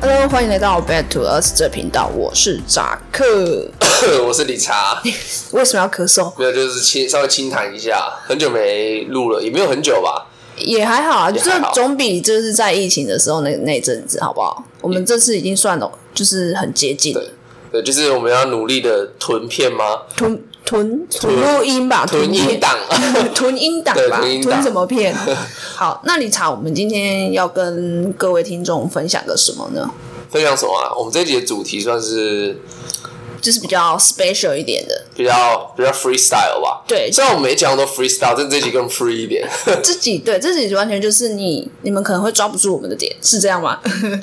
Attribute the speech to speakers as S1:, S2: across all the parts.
S1: Hello，欢迎来到 Back to Us 这频道，我是扎克。
S2: 我是理查，
S1: 为什么要咳嗽？
S2: 没有，就是轻稍微轻谈一下，很久没录了，也没有很久吧。
S1: 也还好啊，
S2: 也
S1: 这
S2: 还好
S1: 总比就是在疫情的时候那那一阵子好不好？我们这次已经算了，就是很接近
S2: 对对，就是我们要努力的囤片吗？
S1: 囤囤啊囤录音吧，
S2: 囤音
S1: 片
S2: 档，
S1: 囤音档
S2: 对
S1: 吧，
S2: 囤音档
S1: 囤什么 片？好，那理查，我们今天要跟各位听众分享个什么呢？
S2: 分享什么啊？我们这一集的主题算是
S1: 就是比较 special 一点 的，
S2: 比较比较 freestyle 吧。
S1: 对
S2: 虽然我们每一集好像都 freestyle，但这集更 free 一点。
S1: 自己对自己完全就是你你们可能会抓不住我们的点，是这样吗？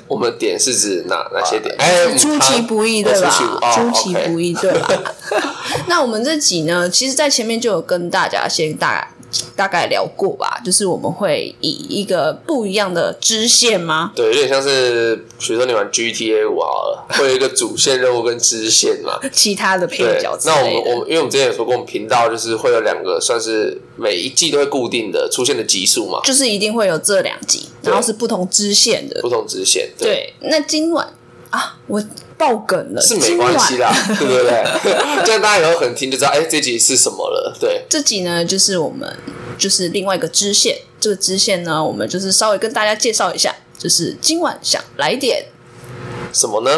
S2: 我们点是指哪哪些点？哎，
S1: 出
S2: 母
S1: 其
S2: 汤
S1: 不意，
S2: 哦
S1: 对吧？
S2: 出
S1: 出其
S2: 其不
S1: 不
S2: 意
S1: 意，对 吧？ 那我们这集呢，其实，在前面就有跟大家先大大概聊过吧，就是我们会以一个不一样的支线吗？
S2: 对，有点像是，比如说你玩 GTA 五好了，会有一个主线任务跟支线嘛。
S1: 其他的配
S2: 对
S1: 角，之
S2: 那我
S1: 类
S2: 们
S1: 的
S2: 我们因为我们之前有说过，我们频道就是会有两个，算是每一季都会固定的出现的集数嘛，
S1: 就是一定会有这两集，
S2: 对
S1: 然后是不同支线的
S2: 不。同支线。
S1: 对，那今晚啊，我爆梗了，
S2: 是没关系
S1: 今晚
S2: 啦，对 不对？这样大家以后可能听就知道，哎、这集是什么了。对，
S1: 这集呢，就是我们就是另外一个支线，这个支线呢，我们就是稍微跟大家介绍一下，就是今晚想来点
S2: 什么呢？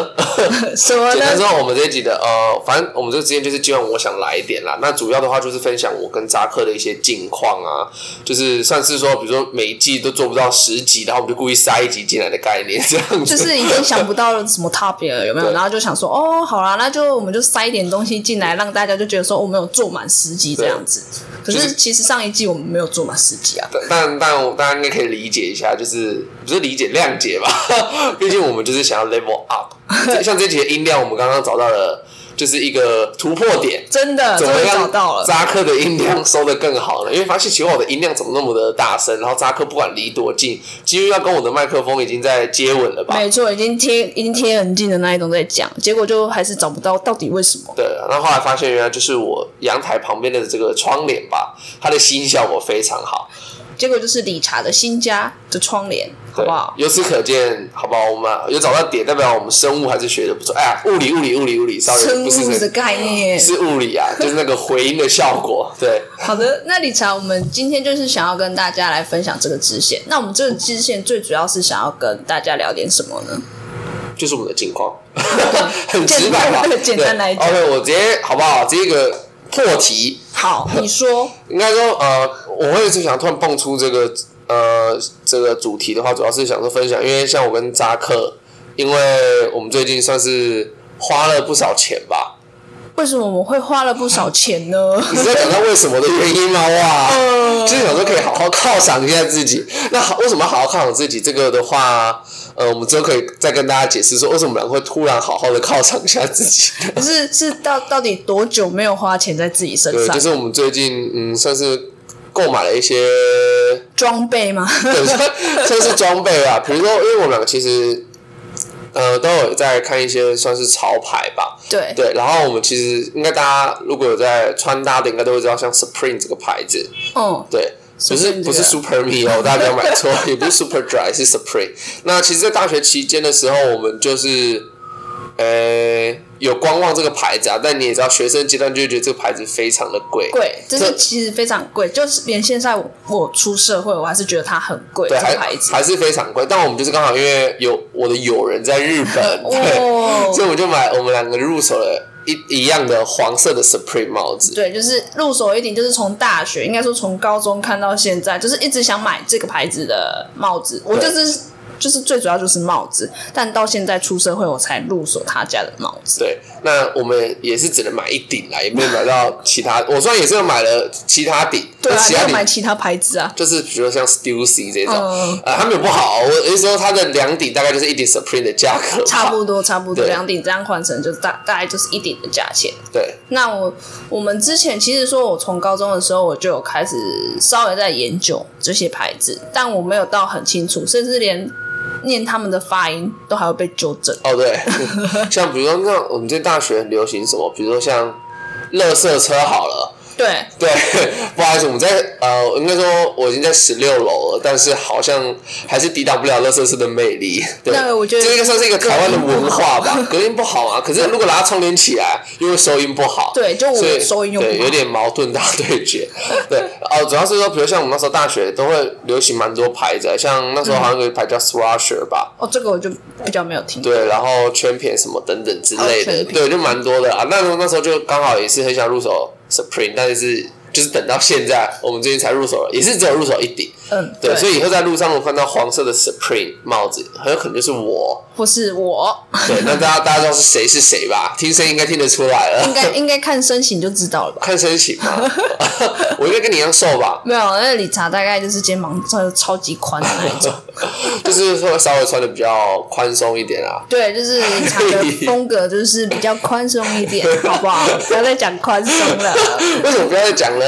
S1: 什么
S2: 简
S1: 呢？
S2: 单说，我们这一集的呃，反正我们这之前就是今晚我想来一点啦。那主要的话就是分享我跟扎克的一些近况啊，就是算是说，比如说每一季都做不到十集，然后我们就故意塞一集进来的概念，这样子。
S1: 就是已经想不到什么 topic 了，有没有？
S2: 对
S1: 然后就想说，哦，好啦，那就我们就塞一点东西进来，让大家就觉得说，我们有做满十集这样子。可
S2: 就是
S1: 是其实上一季我们没有做满十集啊，
S2: 但但我大家应该可以理解一下，就是不是理解谅解吧？ 毕竟我们就是想要 level up，这像这集的音量，我们刚刚找到了，就是一个突破点。
S1: 真的
S2: 怎
S1: 啊终
S2: 么
S1: 于
S2: 样
S1: 找到了。
S2: 扎克的音量收的更好了，因为发现奇怪我的音量怎么那么的大声，然后扎克不管离多近，几乎要跟我的麦克风已经在接吻了吧？
S1: 没错，已经贴已经贴很近的那一种在讲，结果就还是找不到到底为什么。
S2: 对，那后来发现原来就是我阳台旁边的这个窗帘吧，它的吸音效果非常好。
S1: 结果就是理查的新家的窗帘，好不好？
S2: 对由此可见，好不好？我们有找到点，代表我们生物还是学的不错。哎呀，物理，物理，物理，物理，稍微
S1: 生
S2: 不是
S1: 物的
S2: 是
S1: 概念。
S2: 是物理啊，就是那个回音的效果。对，
S1: 好的，那理查，我们今天就是想要跟大家来分享这个支线。那我们这个支线最主要是想要跟大家聊点什么 呢？
S2: 就是我们的 近况，很直白吧？
S1: 简简单来讲
S2: o k 我直接好不好？这个破题，
S1: 好，你说，
S2: 应该说呃，我会是想突然蹦出这个呃这个主题的话，主要是想说分享，因为像我跟扎克，因为我们最近算是花了不少钱吧。
S1: 为什么我们会花了不少钱呢？
S2: 你是在讲到为什么的原因吗？哇，就是想说可以好好犒赏一下自己。那好，为什么好好犒赏自己？这个的话，呃，我们之后可以再跟大家解释说，为什么我们两个会突然好好的犒赏一下自己。
S1: 可是是到到底多久没有花钱在自己身
S2: 对，
S1: 上？
S2: 就是我们最近嗯，算是购买了一些，
S1: 装备吗？
S2: 对，算是装备啊。比如说，因为我们两个其实。呃，都有在看一些算是潮牌吧，
S1: 对，
S2: 对。然后我们其实应该大家如果有在穿搭的，应该都会知道像 Supreme 这个牌子，
S1: 嗯，
S2: 对，不
S1: Supreme
S2: 是
S1: 这个
S2: 不是 Super Me 哦，大家不要 买错，也不是 Super Dry，是 Supreme。那其实，在大学期间的时候，我们就是，呃，有观望这个牌子啊，但你也知道，学生阶段就会觉得这个牌子非常的贵，
S1: 贵，这是
S2: 这
S1: 其实非常贵，就是连现在我我出社会，我还是觉得它很贵，
S2: 对，
S1: 这
S2: 还
S1: 个牌子。
S2: 还是非常贵。但我们就是刚好因为有我的友人在日 本，对，
S1: 哦
S2: 所以我们就买我们两个入手了一一样的黄色的 Supreme 帽子。
S1: 对，就是入手一点，就是从大学，应该说从高中看到现在，就是一直想买这个牌子的帽子。我
S2: 对
S1: 就是就是最主要就是帽子，但到现在出社会，我才入手他家的帽子。
S2: 对，那我们也是只能买一顶啦，也没有买到其他。我虽然也是有买了其他顶，
S1: 对
S2: 但
S1: 啊，
S2: 其
S1: 你
S2: 他
S1: 要
S2: 顶
S1: 买其他牌子啊？
S2: 就是比如说像 Stussy 这种，
S1: 嗯
S2: 呃，它没有不好，我意思说它的两顶大概就是一顶 Supreme 的价格吧，
S1: 差不多，差不多，
S2: 对
S1: 两顶这样换成就大大概就是一顶的价钱。
S2: 对
S1: 那我我们之前其实说，我从高中的时候我就有开始稍微在研究这些牌子，但我没有到很清楚，甚至连念他们的发音都还会被纠正。
S2: 哦对，像比如说像我们在大学很流行什么，比如说像乐色车好了，
S1: 对，
S2: 对，不好意思，我们在呃，应该说我已经在十六楼了，但是好像还是抵挡不了乐色市的魅力。对，
S1: 那我觉得
S2: 这应该算是一个台湾的文化吧，隔音不好啊。可是如果拿它窗帘起来，因为收音不好，
S1: 对就我
S2: 所以
S1: 收音又不
S2: 对，
S1: 好
S2: 有点矛盾大对决。对，哦、主要是说，比如像我们那时候大学都会流行蛮多牌子的，像那时候好像有一牌叫 Swasher 吧，
S1: 哦，这个我就比较没有听过。
S2: 对，然后圈片什么等等之类
S1: 还
S2: 的，
S1: 有哦圈片
S2: 对，就蛮多的啊。那时候那时候就刚好也是很想入手 Supreme，但是就是等到现在，我们最近才入手了，也是只有入手一顶。
S1: 嗯，
S2: 对，所以以后在路上我看到黄色的 Supreme 帽子，很有可能就是我。
S1: 不是 我，
S2: 对，那大家大家知道是谁是谁吧？听声音应该听得出来
S1: 应
S2: 了。
S1: 该应该看身形就知道了吧？
S2: 看身形嘛， 我应该跟你一样瘦吧，
S1: 没有，那理查大概就是肩膀超超级宽的 那一种。
S2: 就是会稍微穿的比较宽松一点啊。
S1: 对，就是理查的风格就是比较宽松一 点，好不好？不要再讲宽松了，
S2: 为什么不要再讲呢？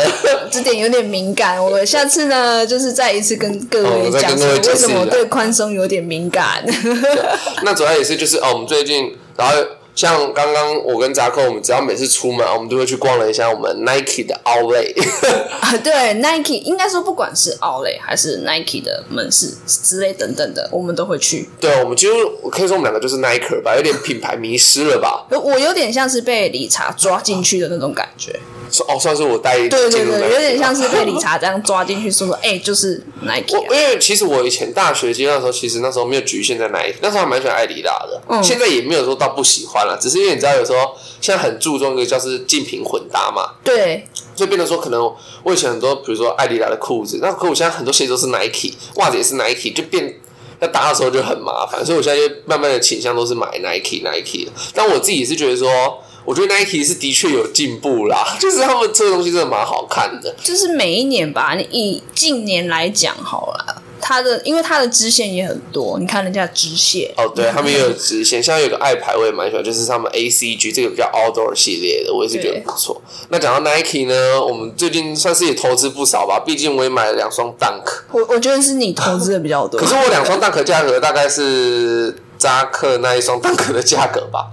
S1: 这点有点敏感。我下次呢，就是再一次跟各位
S2: 哦再
S1: 讲
S2: 跟
S1: 说
S2: 各位解释
S1: 为什么
S2: 一下
S1: 对宽松有点敏感。
S2: 那主要也是就是哦，我们最近，然后像刚刚我跟扎克，我们只要每次出门，哦我们都会去逛了一下我们 Nike 的 Outlet。
S1: 啊，对，Nike 应该说不管是奥莱还是 Nike 的门市之类等等的，我们都会去。
S2: 对，我们几乎可以说我们两个就是 Nike 吧，有点品牌迷失了吧？
S1: 我有点像是被理查抓进去的那种感觉，
S2: 算哦，算是我带
S1: 对对
S2: 进入
S1: 对，
S2: Nike
S1: 有点像
S2: 吧
S1: 是被理查这样抓进去，说说，哎、就是 Nike
S2: 我
S1: 啊、
S2: 因为其实我以前大学阶段的时候，其实那时候没有局限在哪里，那时候还蛮喜欢艾迪达的，
S1: 嗯
S2: 现在也没有说到不喜欢了，只是因为你知道有时候现在很注重一个叫是竞品混搭嘛，
S1: 对，
S2: 所以变成说，可能我以前很多，比如说艾迪达的裤子，那可我现在很多鞋子都是 Nike，袜子也是 Nike，就变要搭的时候就很麻烦，所以我现在就慢慢的倾向都是买 Nike Nike 的。但我自己也是觉得说，我觉得 Nike 是的确有进步啦， 就是他们这个东西真的蛮好看的。
S1: 就是每一年吧，你以近年来讲好了，它的因为它的支线也很多，你看人家的支线，
S2: 哦，对，他们也有直线，像有个爱牌我也蛮喜欢，就是他们 A C G 这个比较 outdoor 系列的，我也是觉得不错。那讲到 Nike 呢，我们最近算是也投资不少吧，毕竟我也买了两双 Dunk。
S1: 我我觉得是你投资的比较多
S2: 可， 是啊我两双蛋壳价格大概是扎克那一双蛋壳的价格吧。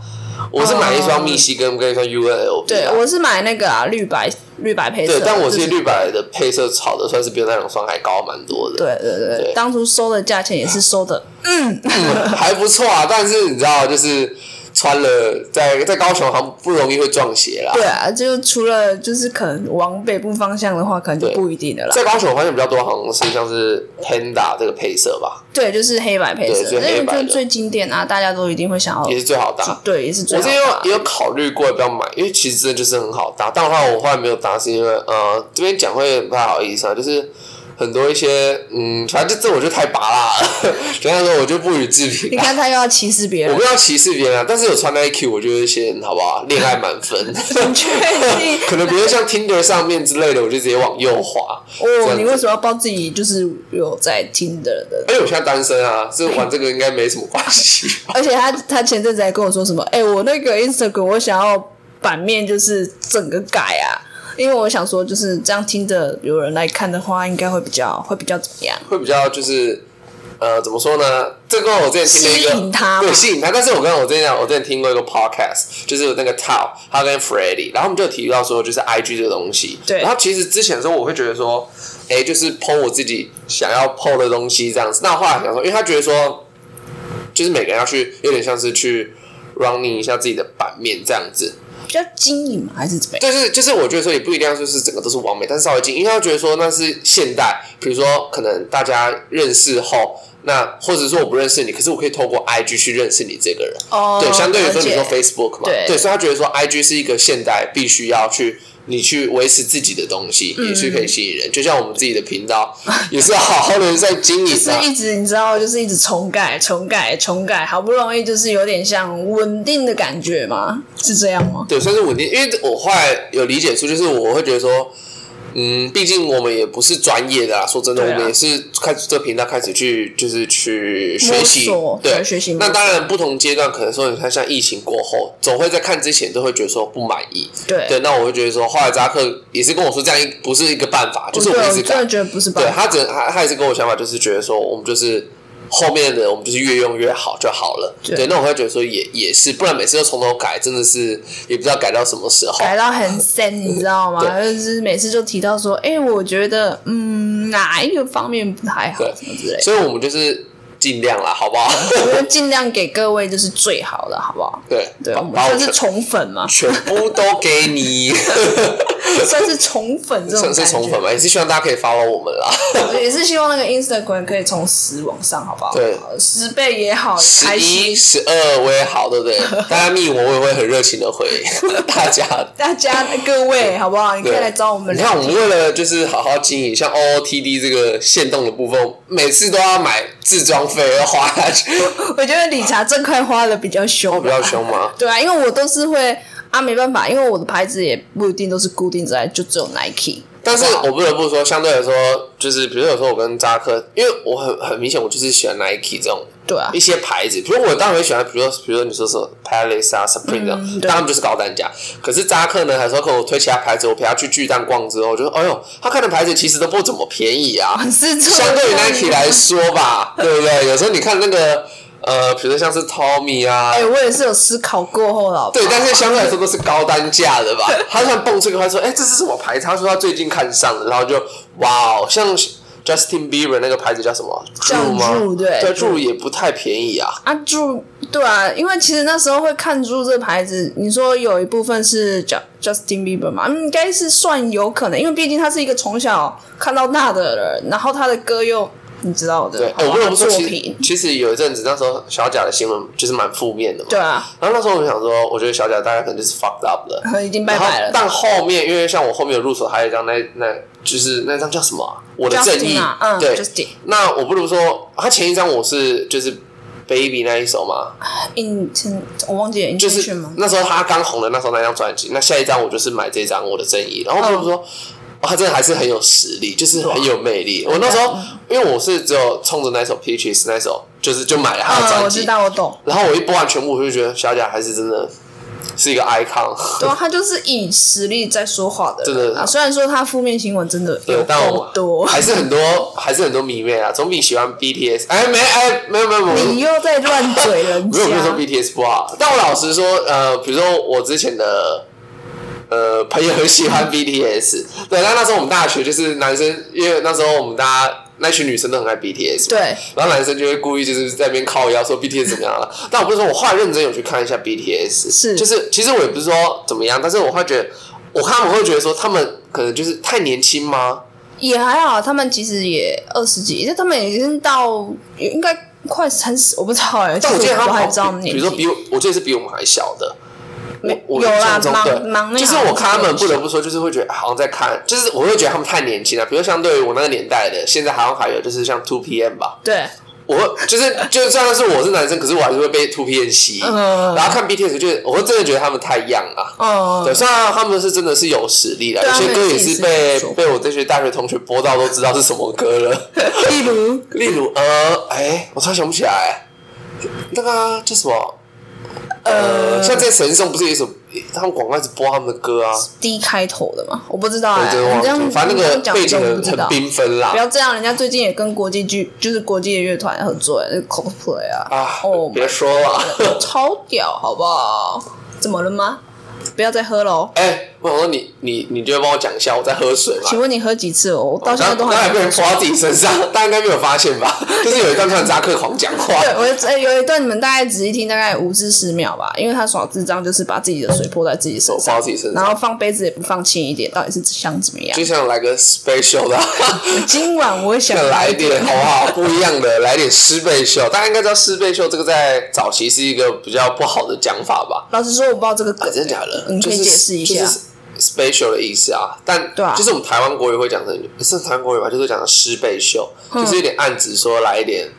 S2: 我是买一双密西根跟一双 UNLV，
S1: 对
S2: 啊、
S1: 我是买那个啊绿白绿白配色的，
S2: 对，但我
S1: 就是啊
S2: 这绿白的配色炒的算是比那两双还高蛮多的，
S1: 对对对，
S2: 对
S1: 当初收的价钱也是收的，
S2: 嗯 还不错啊。但是你知道，就是穿了在在高雄好像不容易会撞鞋啦。
S1: 对啊，就除了就是可能往北部方向的话，可能就
S2: 对
S1: 不一定的啦。
S2: 在高雄我发现比较多好像是像是 Panda 这个配色吧，
S1: 对，就是黑白配色，
S2: 对就
S1: 那
S2: 黑
S1: 个
S2: 白的
S1: 就最经典啊，大家都一定会想要
S2: 也。是最好搭。
S1: 对，也是最
S2: 我
S1: 好
S2: 是
S1: 的
S2: 也
S1: 啊
S2: 有也有考虑过要不要买，因为其实真的就是很好搭。但的话，我后来没有搭，是因为呃，这边讲会不太好意思啊，就是很多一些嗯，反正这这我就太拔辣了， 简单说我就不予置
S1: 你
S2: 评啦。
S1: 看他又要歧视别
S2: 我
S1: 人
S2: 不，要歧视别人啊，但是有穿 Nike，我觉得先好不好？恋爱满 分，
S1: 你确 定？
S2: 可能比如像 Tinder 上面之类的，我就直接往右滑。这样
S1: 哦，
S2: 子
S1: 你为什么要报自己就是有在听的的？
S2: 而且我现在单身啊，这玩这个应该没什么关系。
S1: 而且他他前阵子还跟我说什么？哎、我那个 Instagram 我想要版面就是整个改啊，因为我想说就是这样听着有人来看的话，应该会比较会比较怎么样？
S2: 会比较就是呃，怎么说呢？这个我之前听了一个
S1: 吸引他嘛
S2: 对，吸引他。但是我跟我之前讲，我之前听过一个 podcast，就是那个 Tao 他跟 Freddy，然后我们就有提到说，就是 IG 这个东西。
S1: 对
S2: 然后其实之前的时候，我会觉得说，哎、就是 PO 我自己想要 PO 的东西这样子。那我后来想说，因为他觉得说，就是每个人要去，有点像是去 running 一下自己的版面这样子。
S1: 比较经营嘛，还是怎么样？
S2: 就是就是，我觉得说也不一定要就是整个都是完美，但是稍微近，因为他觉得说那是现代，比如说可能大家认识后，那或者说我不认识你，可是我可以透过 IG 去认识你这个人。
S1: 哦
S2: 对，相对于说你
S1: 了
S2: 说
S1: 解
S2: Facebook 嘛，
S1: 对
S2: 所以他觉得说 IG 是一个现代必须要去。你去维持自己的东西，也是可以吸引人。就像我们自己的频道，也是好好的在经营
S1: 是
S2: 啊。
S1: 一直你知道，就是一直重改、重改、重改，好不容易就是有点像稳定的感觉嘛，是这样吗？
S2: 对，算是稳定。因为我后来有理解出，就是我会觉得说，嗯，毕竟我们也不是专业的啦，说真的，
S1: 对啊
S2: 我们也是开始这个频道开始去就是去学习
S1: 摸索，对
S2: 对，
S1: 学习摸
S2: 那
S1: 索
S2: 当然，不同阶段可能说，你看像疫情过后，总会在看之前都会觉得说不满意。
S1: 对
S2: 对，那我会觉得说，后来扎克也是跟我说，这样一不是一个办法，就是
S1: 哦对，
S2: 我们一
S1: 我
S2: 直
S1: 真的
S2: 改。
S1: 觉得不是办
S2: 对
S1: 法。
S2: 他只他他也是跟我想法，就是觉得说，我们就是后面的我们就是越用越好就好了。
S1: 对
S2: 对，那我会觉得说也也是，不然每次都从头改，真的是也不知道改到什么时候。
S1: 改到很深，你知道吗？
S2: 哦对
S1: 就是每次就提到说，哎、我觉得嗯哪一个方面不太好，
S2: 对
S1: 什么之类的。
S2: 所以我们就是尽量啦，好 不好？
S1: 我们就尽量给各位就是最好的，好不好？
S2: 对
S1: 对，
S2: 把
S1: 我们
S2: 把我
S1: 算是
S2: 全，
S1: 宠粉嘛
S2: 全部都给你，
S1: 算是宠粉 这种感
S2: 算
S1: 觉。
S2: 是宠粉嘛，也是希望大家可以 follow 我们啦。
S1: 也是希望那个 Instagram 可以从十往上，好不好？
S2: 对，
S1: 十倍也好，也
S2: 十
S1: 开
S2: 一、
S1: 心。
S2: 十二我也好，对不对？大家密我，我也会很热情的回 大家。
S1: 大家各位，好不好？你可以
S2: 对
S1: 来找我们
S2: 你
S1: 聊
S2: 看，我们为了就是好好经营，像 OOTD 这个限动的部分，每次都要买自装费要花下去，
S1: 我觉得理查这块花的比较凶，
S2: 不要凶吗？
S1: 对啊，因为我都是会啊，没办法，因为我的牌子也不一定都是固定在，就只有 Nike。
S2: 但是我不得不说，相对来说，就是比如说有时候我跟扎克，因为我很很明显，我就是喜欢 Nike 这种
S1: 对啊
S2: 一，些牌子，比如我当然会喜欢，比如说比如说你说什么 Palace 啊、Supreme 啊，
S1: 嗯对
S2: 当然就是高单价。可是扎克呢，还说跟我推其他牌子，我陪他去巨蛋逛之后，我就哎呦，他看的牌子其实都不怎么便宜啊，
S1: 是这
S2: 相对于
S1: 样
S2: Nike 来说 吧，对不对？有时候你看那个呃，比如说像是 Tommy 啊。
S1: 哎、我也是有思考过后了，好不好
S2: 对，但是相对来说都是高单价的 吧。他突然蹦出一个，他说：“哎、这是什么牌子？”他说他最近看上了，然后就哇哦，像 Justin Bieber 那个牌子叫什么？
S1: 叫
S2: Drew 吗
S1: Drew，对
S2: 对，Drew 也不太便宜啊。
S1: 啊，住对啊，因为其实那时候会看住这牌子，你说有一部分是 Ju- Justin Bieber 嘛，嗯应该是算有可能，因为毕竟他是一个从小看到大的人，然后他的歌又你知道的，
S2: 对，
S1: 好
S2: 哎我不得不说，
S1: 作
S2: 其
S1: 品
S2: 实，其实有一阵子，那时候小贾的新闻就是蛮负面的嘛。
S1: 对。啊，
S2: 然后那时候我想说，我觉得小贾大概可能就是 fucked up 了。
S1: 已经拜拜
S2: 然后
S1: 了。
S2: 但后面，因为像我后面有入手，还有一张那那，就是那张叫什么啊、我的正义
S1: Justin 啊，嗯
S2: 对。
S1: ，Justin
S2: 那我不如说，他前一张我是就是 Baby 那一首嘛，
S1: in 我忘记了
S2: 就
S1: intention
S2: 是
S1: 啊吗？
S2: 那时候他刚红的那时候那张专辑。那下一张我就是买这张我的正义，然后我不
S1: 嗯
S2: 如说。哇，他真的还是很有实力，就是很有魅力。我那时候，
S1: 啊
S2: 因为我是只有冲着那首 Peaches 那首，就是就买了他的
S1: 嗯，
S2: 专
S1: 我知
S2: 辑。
S1: 道，我懂。
S2: 然后我一播完全部，我就觉得小贾还是真的是一个 icon。
S1: 对啊，他就是以实力在说话的
S2: 真
S1: 人
S2: 的
S1: 啊。虽然说他负面新闻真的有
S2: 对，但
S1: 够
S2: 我
S1: 多，
S2: 还是很多，还是很多迷妹啊，总比喜欢 BTS。哎，没，哎，没有，没有，没有，
S1: 你又在乱嘴人
S2: 没有，没有说
S1: 家。
S2: BTS 不好。但我老实说，呃，比如说我之前的呃朋友很喜欢 BTS，对，但那时候我们大学就是男生，因为那时候我们大家那群女生都很爱 BTS，嘛
S1: 对，
S2: 然后男生就会故意就是在那边靠腰说 BTS 怎么样了，但我不是说我后来认真有去看一下 BTS，
S1: 是
S2: 就是其实我也不是说怎么样，但是我会觉得，我看他们会觉得说他们可能就是太年轻吗？
S1: 也还好，他们其实也二十几，但他们已经到也应该快三十，我不知道哎、欸。
S2: 但我记得他
S1: 我
S2: 们
S1: 还
S2: 好
S1: 知道
S2: 像比
S1: 年
S2: 比如说比
S1: 纪。
S2: 我，我记得是比我们还小的。我我
S1: 有
S2: 印
S1: 啦
S2: 象中
S1: 忙
S2: 对
S1: 忙那
S2: 就是
S1: 行
S2: 我看他们，
S1: 是
S2: 不得不说，就是会觉得好像在看，就是我会觉得他们太年轻了。比如相对于我那个年代的，现在好像还有就是像 Two PM 吧，
S1: 对，
S2: 我会就是就算是我是男生，可是我还是会被 Two PM 吸引。
S1: 嗯
S2: 然后看 BTS，就是我会真的觉得他们太 young 了。
S1: 哦、
S2: 对，虽然他们是真的是有实力的，
S1: 对
S2: 有
S1: 啊
S2: 些歌也是被
S1: 没错
S2: 被我这些大学同学播到都知道是什么歌了。
S1: 例如
S2: 例如，呃，哎、我突然想不起来，那个啊叫什么？呃，像在神送不是有一首，他们广告一直播他们的歌啊，
S1: D 开头的嘛，我不知道哎、
S2: 我真的
S1: 欸，
S2: 忘
S1: 你这样
S2: 记，反正那
S1: 你这
S2: 个
S1: 样
S2: 背
S1: 讲
S2: 景
S1: 我都不
S2: 很很
S1: 知道。
S2: 缤纷
S1: 不
S2: 啦
S1: 要这样，人家最近也跟国际剧，就是国际的乐团合作、欸，就是 Coldplay 啊，
S2: 啊
S1: 哦，
S2: 别说了，
S1: 超屌，好不好？怎么了吗？不要再喝哦喽。
S2: 哎，我想说你你你就帮我讲一下，我在喝水嘛
S1: 请。问你喝几次哦？我到
S2: 刚
S1: 现在都
S2: 刚才
S1: 还
S2: 被人泼到自己身上，大家应该没有发现 吧？就是有一段突然扎克狂讲话，
S1: 对，我就哎有一段你们大概仔细听，大概五至十秒吧，因为他耍智障就是把自己的水泼在自己身
S2: 我泼
S1: 上
S2: 到，自己身
S1: 然
S2: 上，
S1: 后放杯子也不放轻一点，到底是想怎么样
S2: 就？想来个 special 的，
S1: 今晚我想
S2: 再来一
S1: 一
S2: 点好不好？不一样的，来点湿背袖。大家应该知道湿背袖这个在早期是一个比较不好的讲法吧？
S1: 老实说，我不知道这个梗
S2: 啊，，真的假的？
S1: 你可以
S2: 就
S1: 解
S2: 是
S1: 释一下
S2: 就是 special 的意思啊，但
S1: 对啊
S2: 就是我们台湾国语会讲成，是台湾国语吧？就是讲成湿背袖，
S1: 嗯
S2: 就是有点暗指说来一点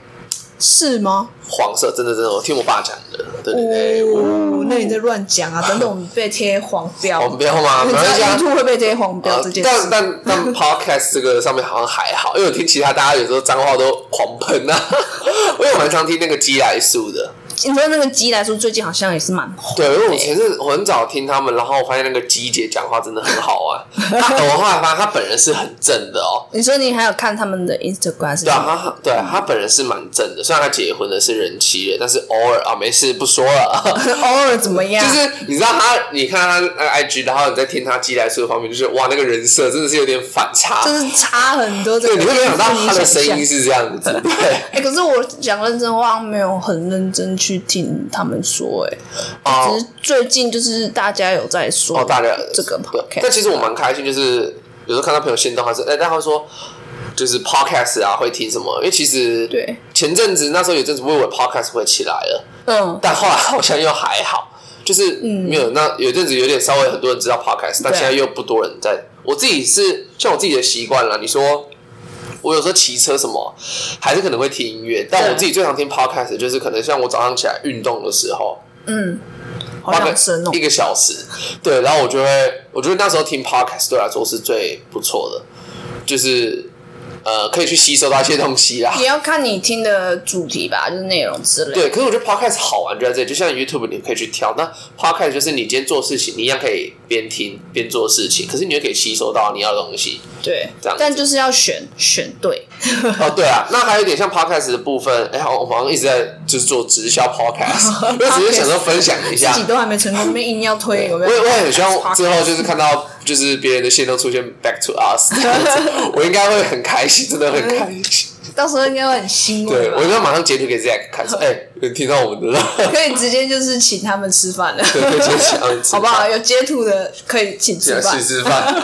S1: 是吗？
S2: 黄色，真的真的，我听我爸讲的，对对对，
S1: 哦，那你在乱讲啊！等等，我们被贴黄标，
S2: 黄标吗？
S1: 你
S2: 哦没
S1: 知道
S2: 关系啊
S1: YouTube 会被贴黄标
S2: 呃
S1: 这件
S2: 但
S1: 事。
S2: 但但 podcast 这个上面好像还好，因 为我听其他大家有时候脏话都狂喷啊，我也蛮常听那个鸡来素的，
S1: 你说那个鸡来说，最近好像也是蛮红。
S2: 对，因为我前阵我很早听他们，然后我发现那个鸡姐讲话真的很好玩。 她我后来发现她本人是很正的哦，
S1: 你说你还有看他们的 Instagram 是
S2: 对啊，
S1: 吗？
S2: 她对她本人是蛮正的，虽然她结婚了是人妻了，但是偶尔啊没事不说了。
S1: 偶尔怎么样？
S2: 啊就是你知道她，你看她那个 IG，然后你再听她鸡来说的方面，就是哇，那个人设真的是有点反差。
S1: 就是差很多。
S2: 对，你会没想到她
S1: 他
S2: 的声音是这样子，对。
S1: 哎、可是我讲认真话，没有很认真去听他们说、哎、
S2: 哦
S1: 只是最近就是大家有在说，
S2: 哦，大家
S1: 这个
S2: 对
S1: podcast，
S2: 但其实我蛮开心，就是有时候看到朋友先动，他说，哎，但他说就是 podcast 啊，会听什么？因为其实
S1: 对，
S2: 前阵子那时候有阵子我以为 podcast 会起来了，
S1: 嗯，
S2: 但后来好像又还好，就是没有、那有阵子有点稍微很多人知道 podcast，但
S1: 对
S2: 现在又不多人在。我自己是像我自己的习惯了，你说。我有时候骑车什么，还是可能会听音乐，但
S1: 对
S2: 我自己最常听 podcast，的就是可能像我早上起来运动的时候，
S1: 好
S2: 大概
S1: 想生哦
S2: 一。个小时，对，然后我就会，我觉得那时候听 podcast 对我来说是最不错的，就是呃，可以去吸收到一些东西啦。
S1: 也要看你听的主题吧，就是内容之类的。
S2: 对，可是我觉得 podcast 好玩就在这里，就像 YouTube 你可以去挑，那 podcast 就是你今天做事情，你一样可以边听边做事情，可是你就可以吸收到你要的东 西。
S1: 对
S2: 这样子
S1: 但就是要选选对。
S2: 哦，对啊，那还有一点像 podcast 的部分，哎、我好像一直在就是做直销 podcast，我只是想说分享一下，
S1: 自己都还没成功，没硬要推，有没
S2: 我也
S1: 有？
S2: 我也很希 望之后就是是看到就是别人的线都出现 back to us，这样子我应该会很开心，真的很开 心。
S1: 到时候应该会很欣慰
S2: 对，我
S1: 吧。
S2: 应该马上截图给 Zack 看，说哎、有听到我们的了，
S1: 可以直接就是请他们吃饭了，
S2: 对对，就想
S1: 好不好？有截图的可以请吃
S2: 想
S1: 饭
S2: 吃，吃饭。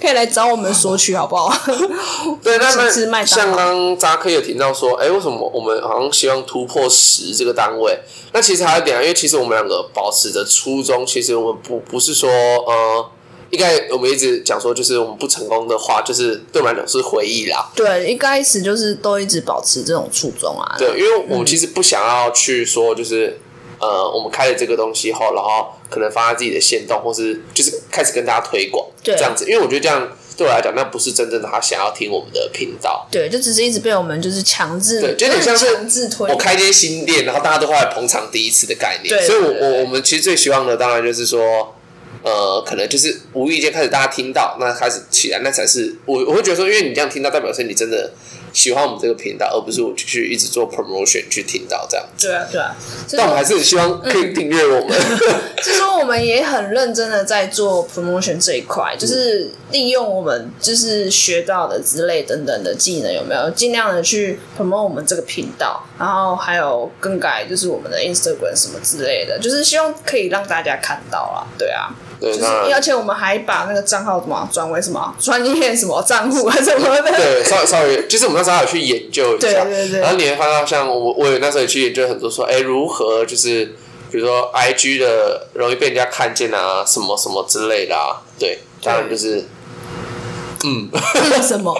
S1: 可以来找我们索取，好不好？
S2: 对，那
S1: 请吃麦
S2: 那
S1: 当劳
S2: 像刚扎克有提到说，哎、为什么我们好像希望突破十这个单位？那其实还有一点啊，因为其实我们两个保持着初衷，其实我们不不是说呃。应该我们一直讲说，就是我们不成功的话，就是对我们来讲是回忆啦。
S1: 对，一开始就是都一直保持这种初衷啊。
S2: 对，因为我们其实不想要去说，就是、呃，我们开了这个东西后，然后可能发在自己的线动，或是就是开始跟大家推广，
S1: 对
S2: 这样子。因为我觉得这样对我来讲，那不是真正的他想要听我们的频道。
S1: 对，就只是一直被我们就是强制，
S2: 对就有点像是
S1: 强制推。
S2: 我开一间新店，然后大家都会来捧场第一次的概念。
S1: 对
S2: 所以我，
S1: 对对
S2: 我我们其实最希望的，当然就是说。呃，可能就是无意间开始大家听到，那开始起来，那才是我我会觉得说，因为你这样听到，代表是你真的喜欢我们这个频道，而不是我去一直做 promotion 去听到这样。
S1: 对啊，对啊。所以
S2: 但我们还是很希望可
S1: 嗯
S2: 以订阅我们。
S1: 就是说我们也很认真的在做 promotion 这一块，就是利用我们就是学到的之类等等的技能，有没有尽量的去 promote 我们这个频道，然后还有更改就是我们的 Instagram 什么之类的，就是希望可以让大家看到啦。对啊，
S2: 对，
S1: 就是
S2: 那
S1: 而且我们还把那个账号什么转为什么专业什么账户啊什么的，
S2: 对，稍稍微就是我们那时候有去研究一
S1: 对
S2: 下，
S1: 对对
S2: 然后你会发现，像我我有那时候也去研究很多说，哎，如何就是比如说 I G 的容易被人家看见啊，什么什么之类的啊，对，当然就是。
S1: 是什么？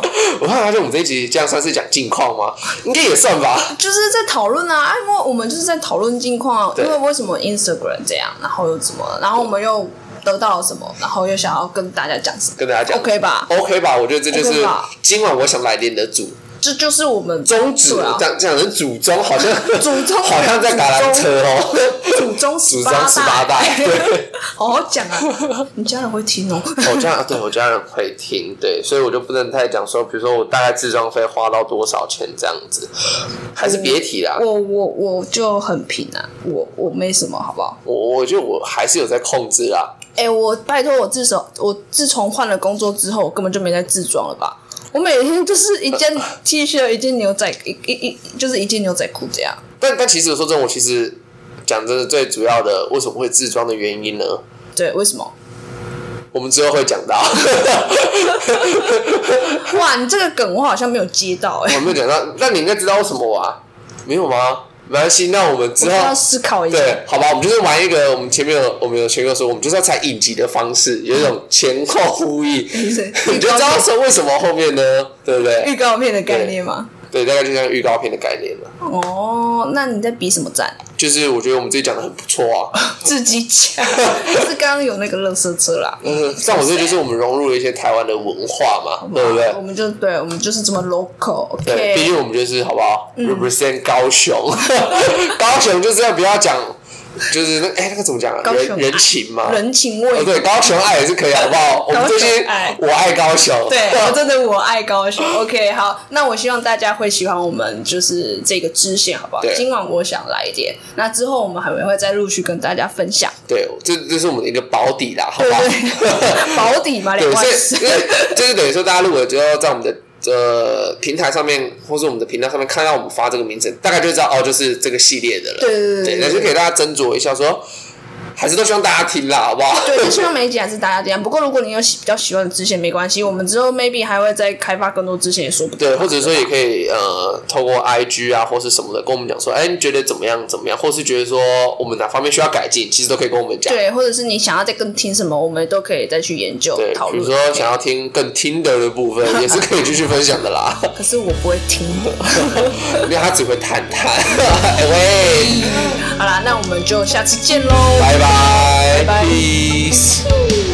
S2: 我后来发现我们这一集这样算是讲近况吗？应该也算吧。
S1: 就是在讨论啊，啊因为我们就是在讨论近况啊，
S2: 对
S1: 因为为什么 Instagram 这样，然后又怎么，然后我们又得到了什么，然后又想要跟大家讲什么，
S2: 跟大家讲
S1: OK 吧？
S2: OK 吧，我觉得这就是
S1: OK 吧
S2: 今晚我想来点的主
S1: 这就是我们
S2: 宗旨，
S1: 对啊
S2: 这，样这 样的祖宗好像
S1: 祖宗
S2: 好像在打篮车哦，
S1: 祖宗
S2: 祖
S1: 十
S2: 宗十八代，对。
S1: 好好讲啊，你家人会听哦。
S2: 我家对我家人会听，对，所以我就不能太讲说，比如说我大概自装费花到多少钱这样子，还是别提啦。
S1: 我我我就很平啊，我我没什么，好不好？
S2: 我我觉得我还是有在控制啊啦。
S1: 哎、我拜托我自首，我自从换了工作之后，我根本就没在自装了吧？我每天就是一件 T 恤，一件牛仔，一一一就是一件牛仔裤这样。
S2: 但但其实说真的，我其实讲真的，最主要的为什么会自装的原因呢？
S1: 对，为什么？
S2: 我们之后会讲到，
S1: 哇，你这个梗我好像没有接到哎、
S2: 我没有讲到，那你应该知道为什么吧？没有吗？没关系，那我们之
S1: 我要
S2: 后
S1: 思考一下。
S2: 对，好吧，我们就是玩一个，我们前面有我们有前面有说，我们就是要采影集的方式，有一种前后呼应，
S1: 是
S2: 你就知道说为什么后面呢，对不对？
S1: 嗯预告片的概念吗？
S2: 对，大概就像预告片的概念嘛。
S1: 哦，那你在比什么战？
S2: 就是我觉得我们自己讲的很不错啊，
S1: 自己 讲，还是刚刚有那个乐色车啦？
S2: 嗯，但我觉得就是我们融入了一些台湾的文化嘛，对不对
S1: 我？们就对，我们就是这么 local。
S2: 对，毕
S1: OK，嗯
S2: 竟我们就是好不好、r e p r e s e n t 高雄， 高雄就是要不要讲，就是那哎、那个怎么讲啊？
S1: 高
S2: 人
S1: 雄
S2: 人情嘛，
S1: 人情
S2: 哦
S1: 味。
S2: 对，高雄爱也是可以，好不好？我们这些
S1: 高雄爱
S2: 我爱高雄，
S1: 对，我真的我爱高 雄。OK，好，那我希望大家会喜欢我们就是这个支线，好不好
S2: 对？
S1: 今晚我想来一点，那之后我们还会再陆续跟大家分享。
S2: 对，这这是我们的一个保底啦，好不好？
S1: 对， 保底嘛，两
S2: 对，
S1: 万
S2: 所以
S1: 四。
S2: 因为就是等于说，大家如果就要在我们的呃平台上面，或是我们的频道上面看到我们发这个名称，大概就知道哦，就是这个系列的了。
S1: 对对对
S2: 对，
S1: 对
S2: 那就给大家斟酌一下说，还是都希望大家听啦，好不好？
S1: 对，就希望每一集还是大家这样。不过如果你有喜比较喜欢的支线，没关系，我们之后 maybe 还会再开发更多支线，也说不定。
S2: 对，或者说也可以呃，透过 IG 啊或是什么的跟我们讲说，哎，你觉得怎么样怎么样，或是觉得说我们哪方面需要改进，其实都可以跟我们讲。
S1: 对，或者是你想要再更听什么，我们都可以再去研究
S2: 对，
S1: 讨
S2: 比如
S1: 论。
S2: 说想要听更听的的部分，也是可以继续分享的啦。
S1: 可是我不会 听的。
S2: 因为他只会谈谈。 哎喂，
S1: 好啦，那我们就下次见喽，
S2: 拜拜
S1: 拜
S2: ，peace。
S1: 拜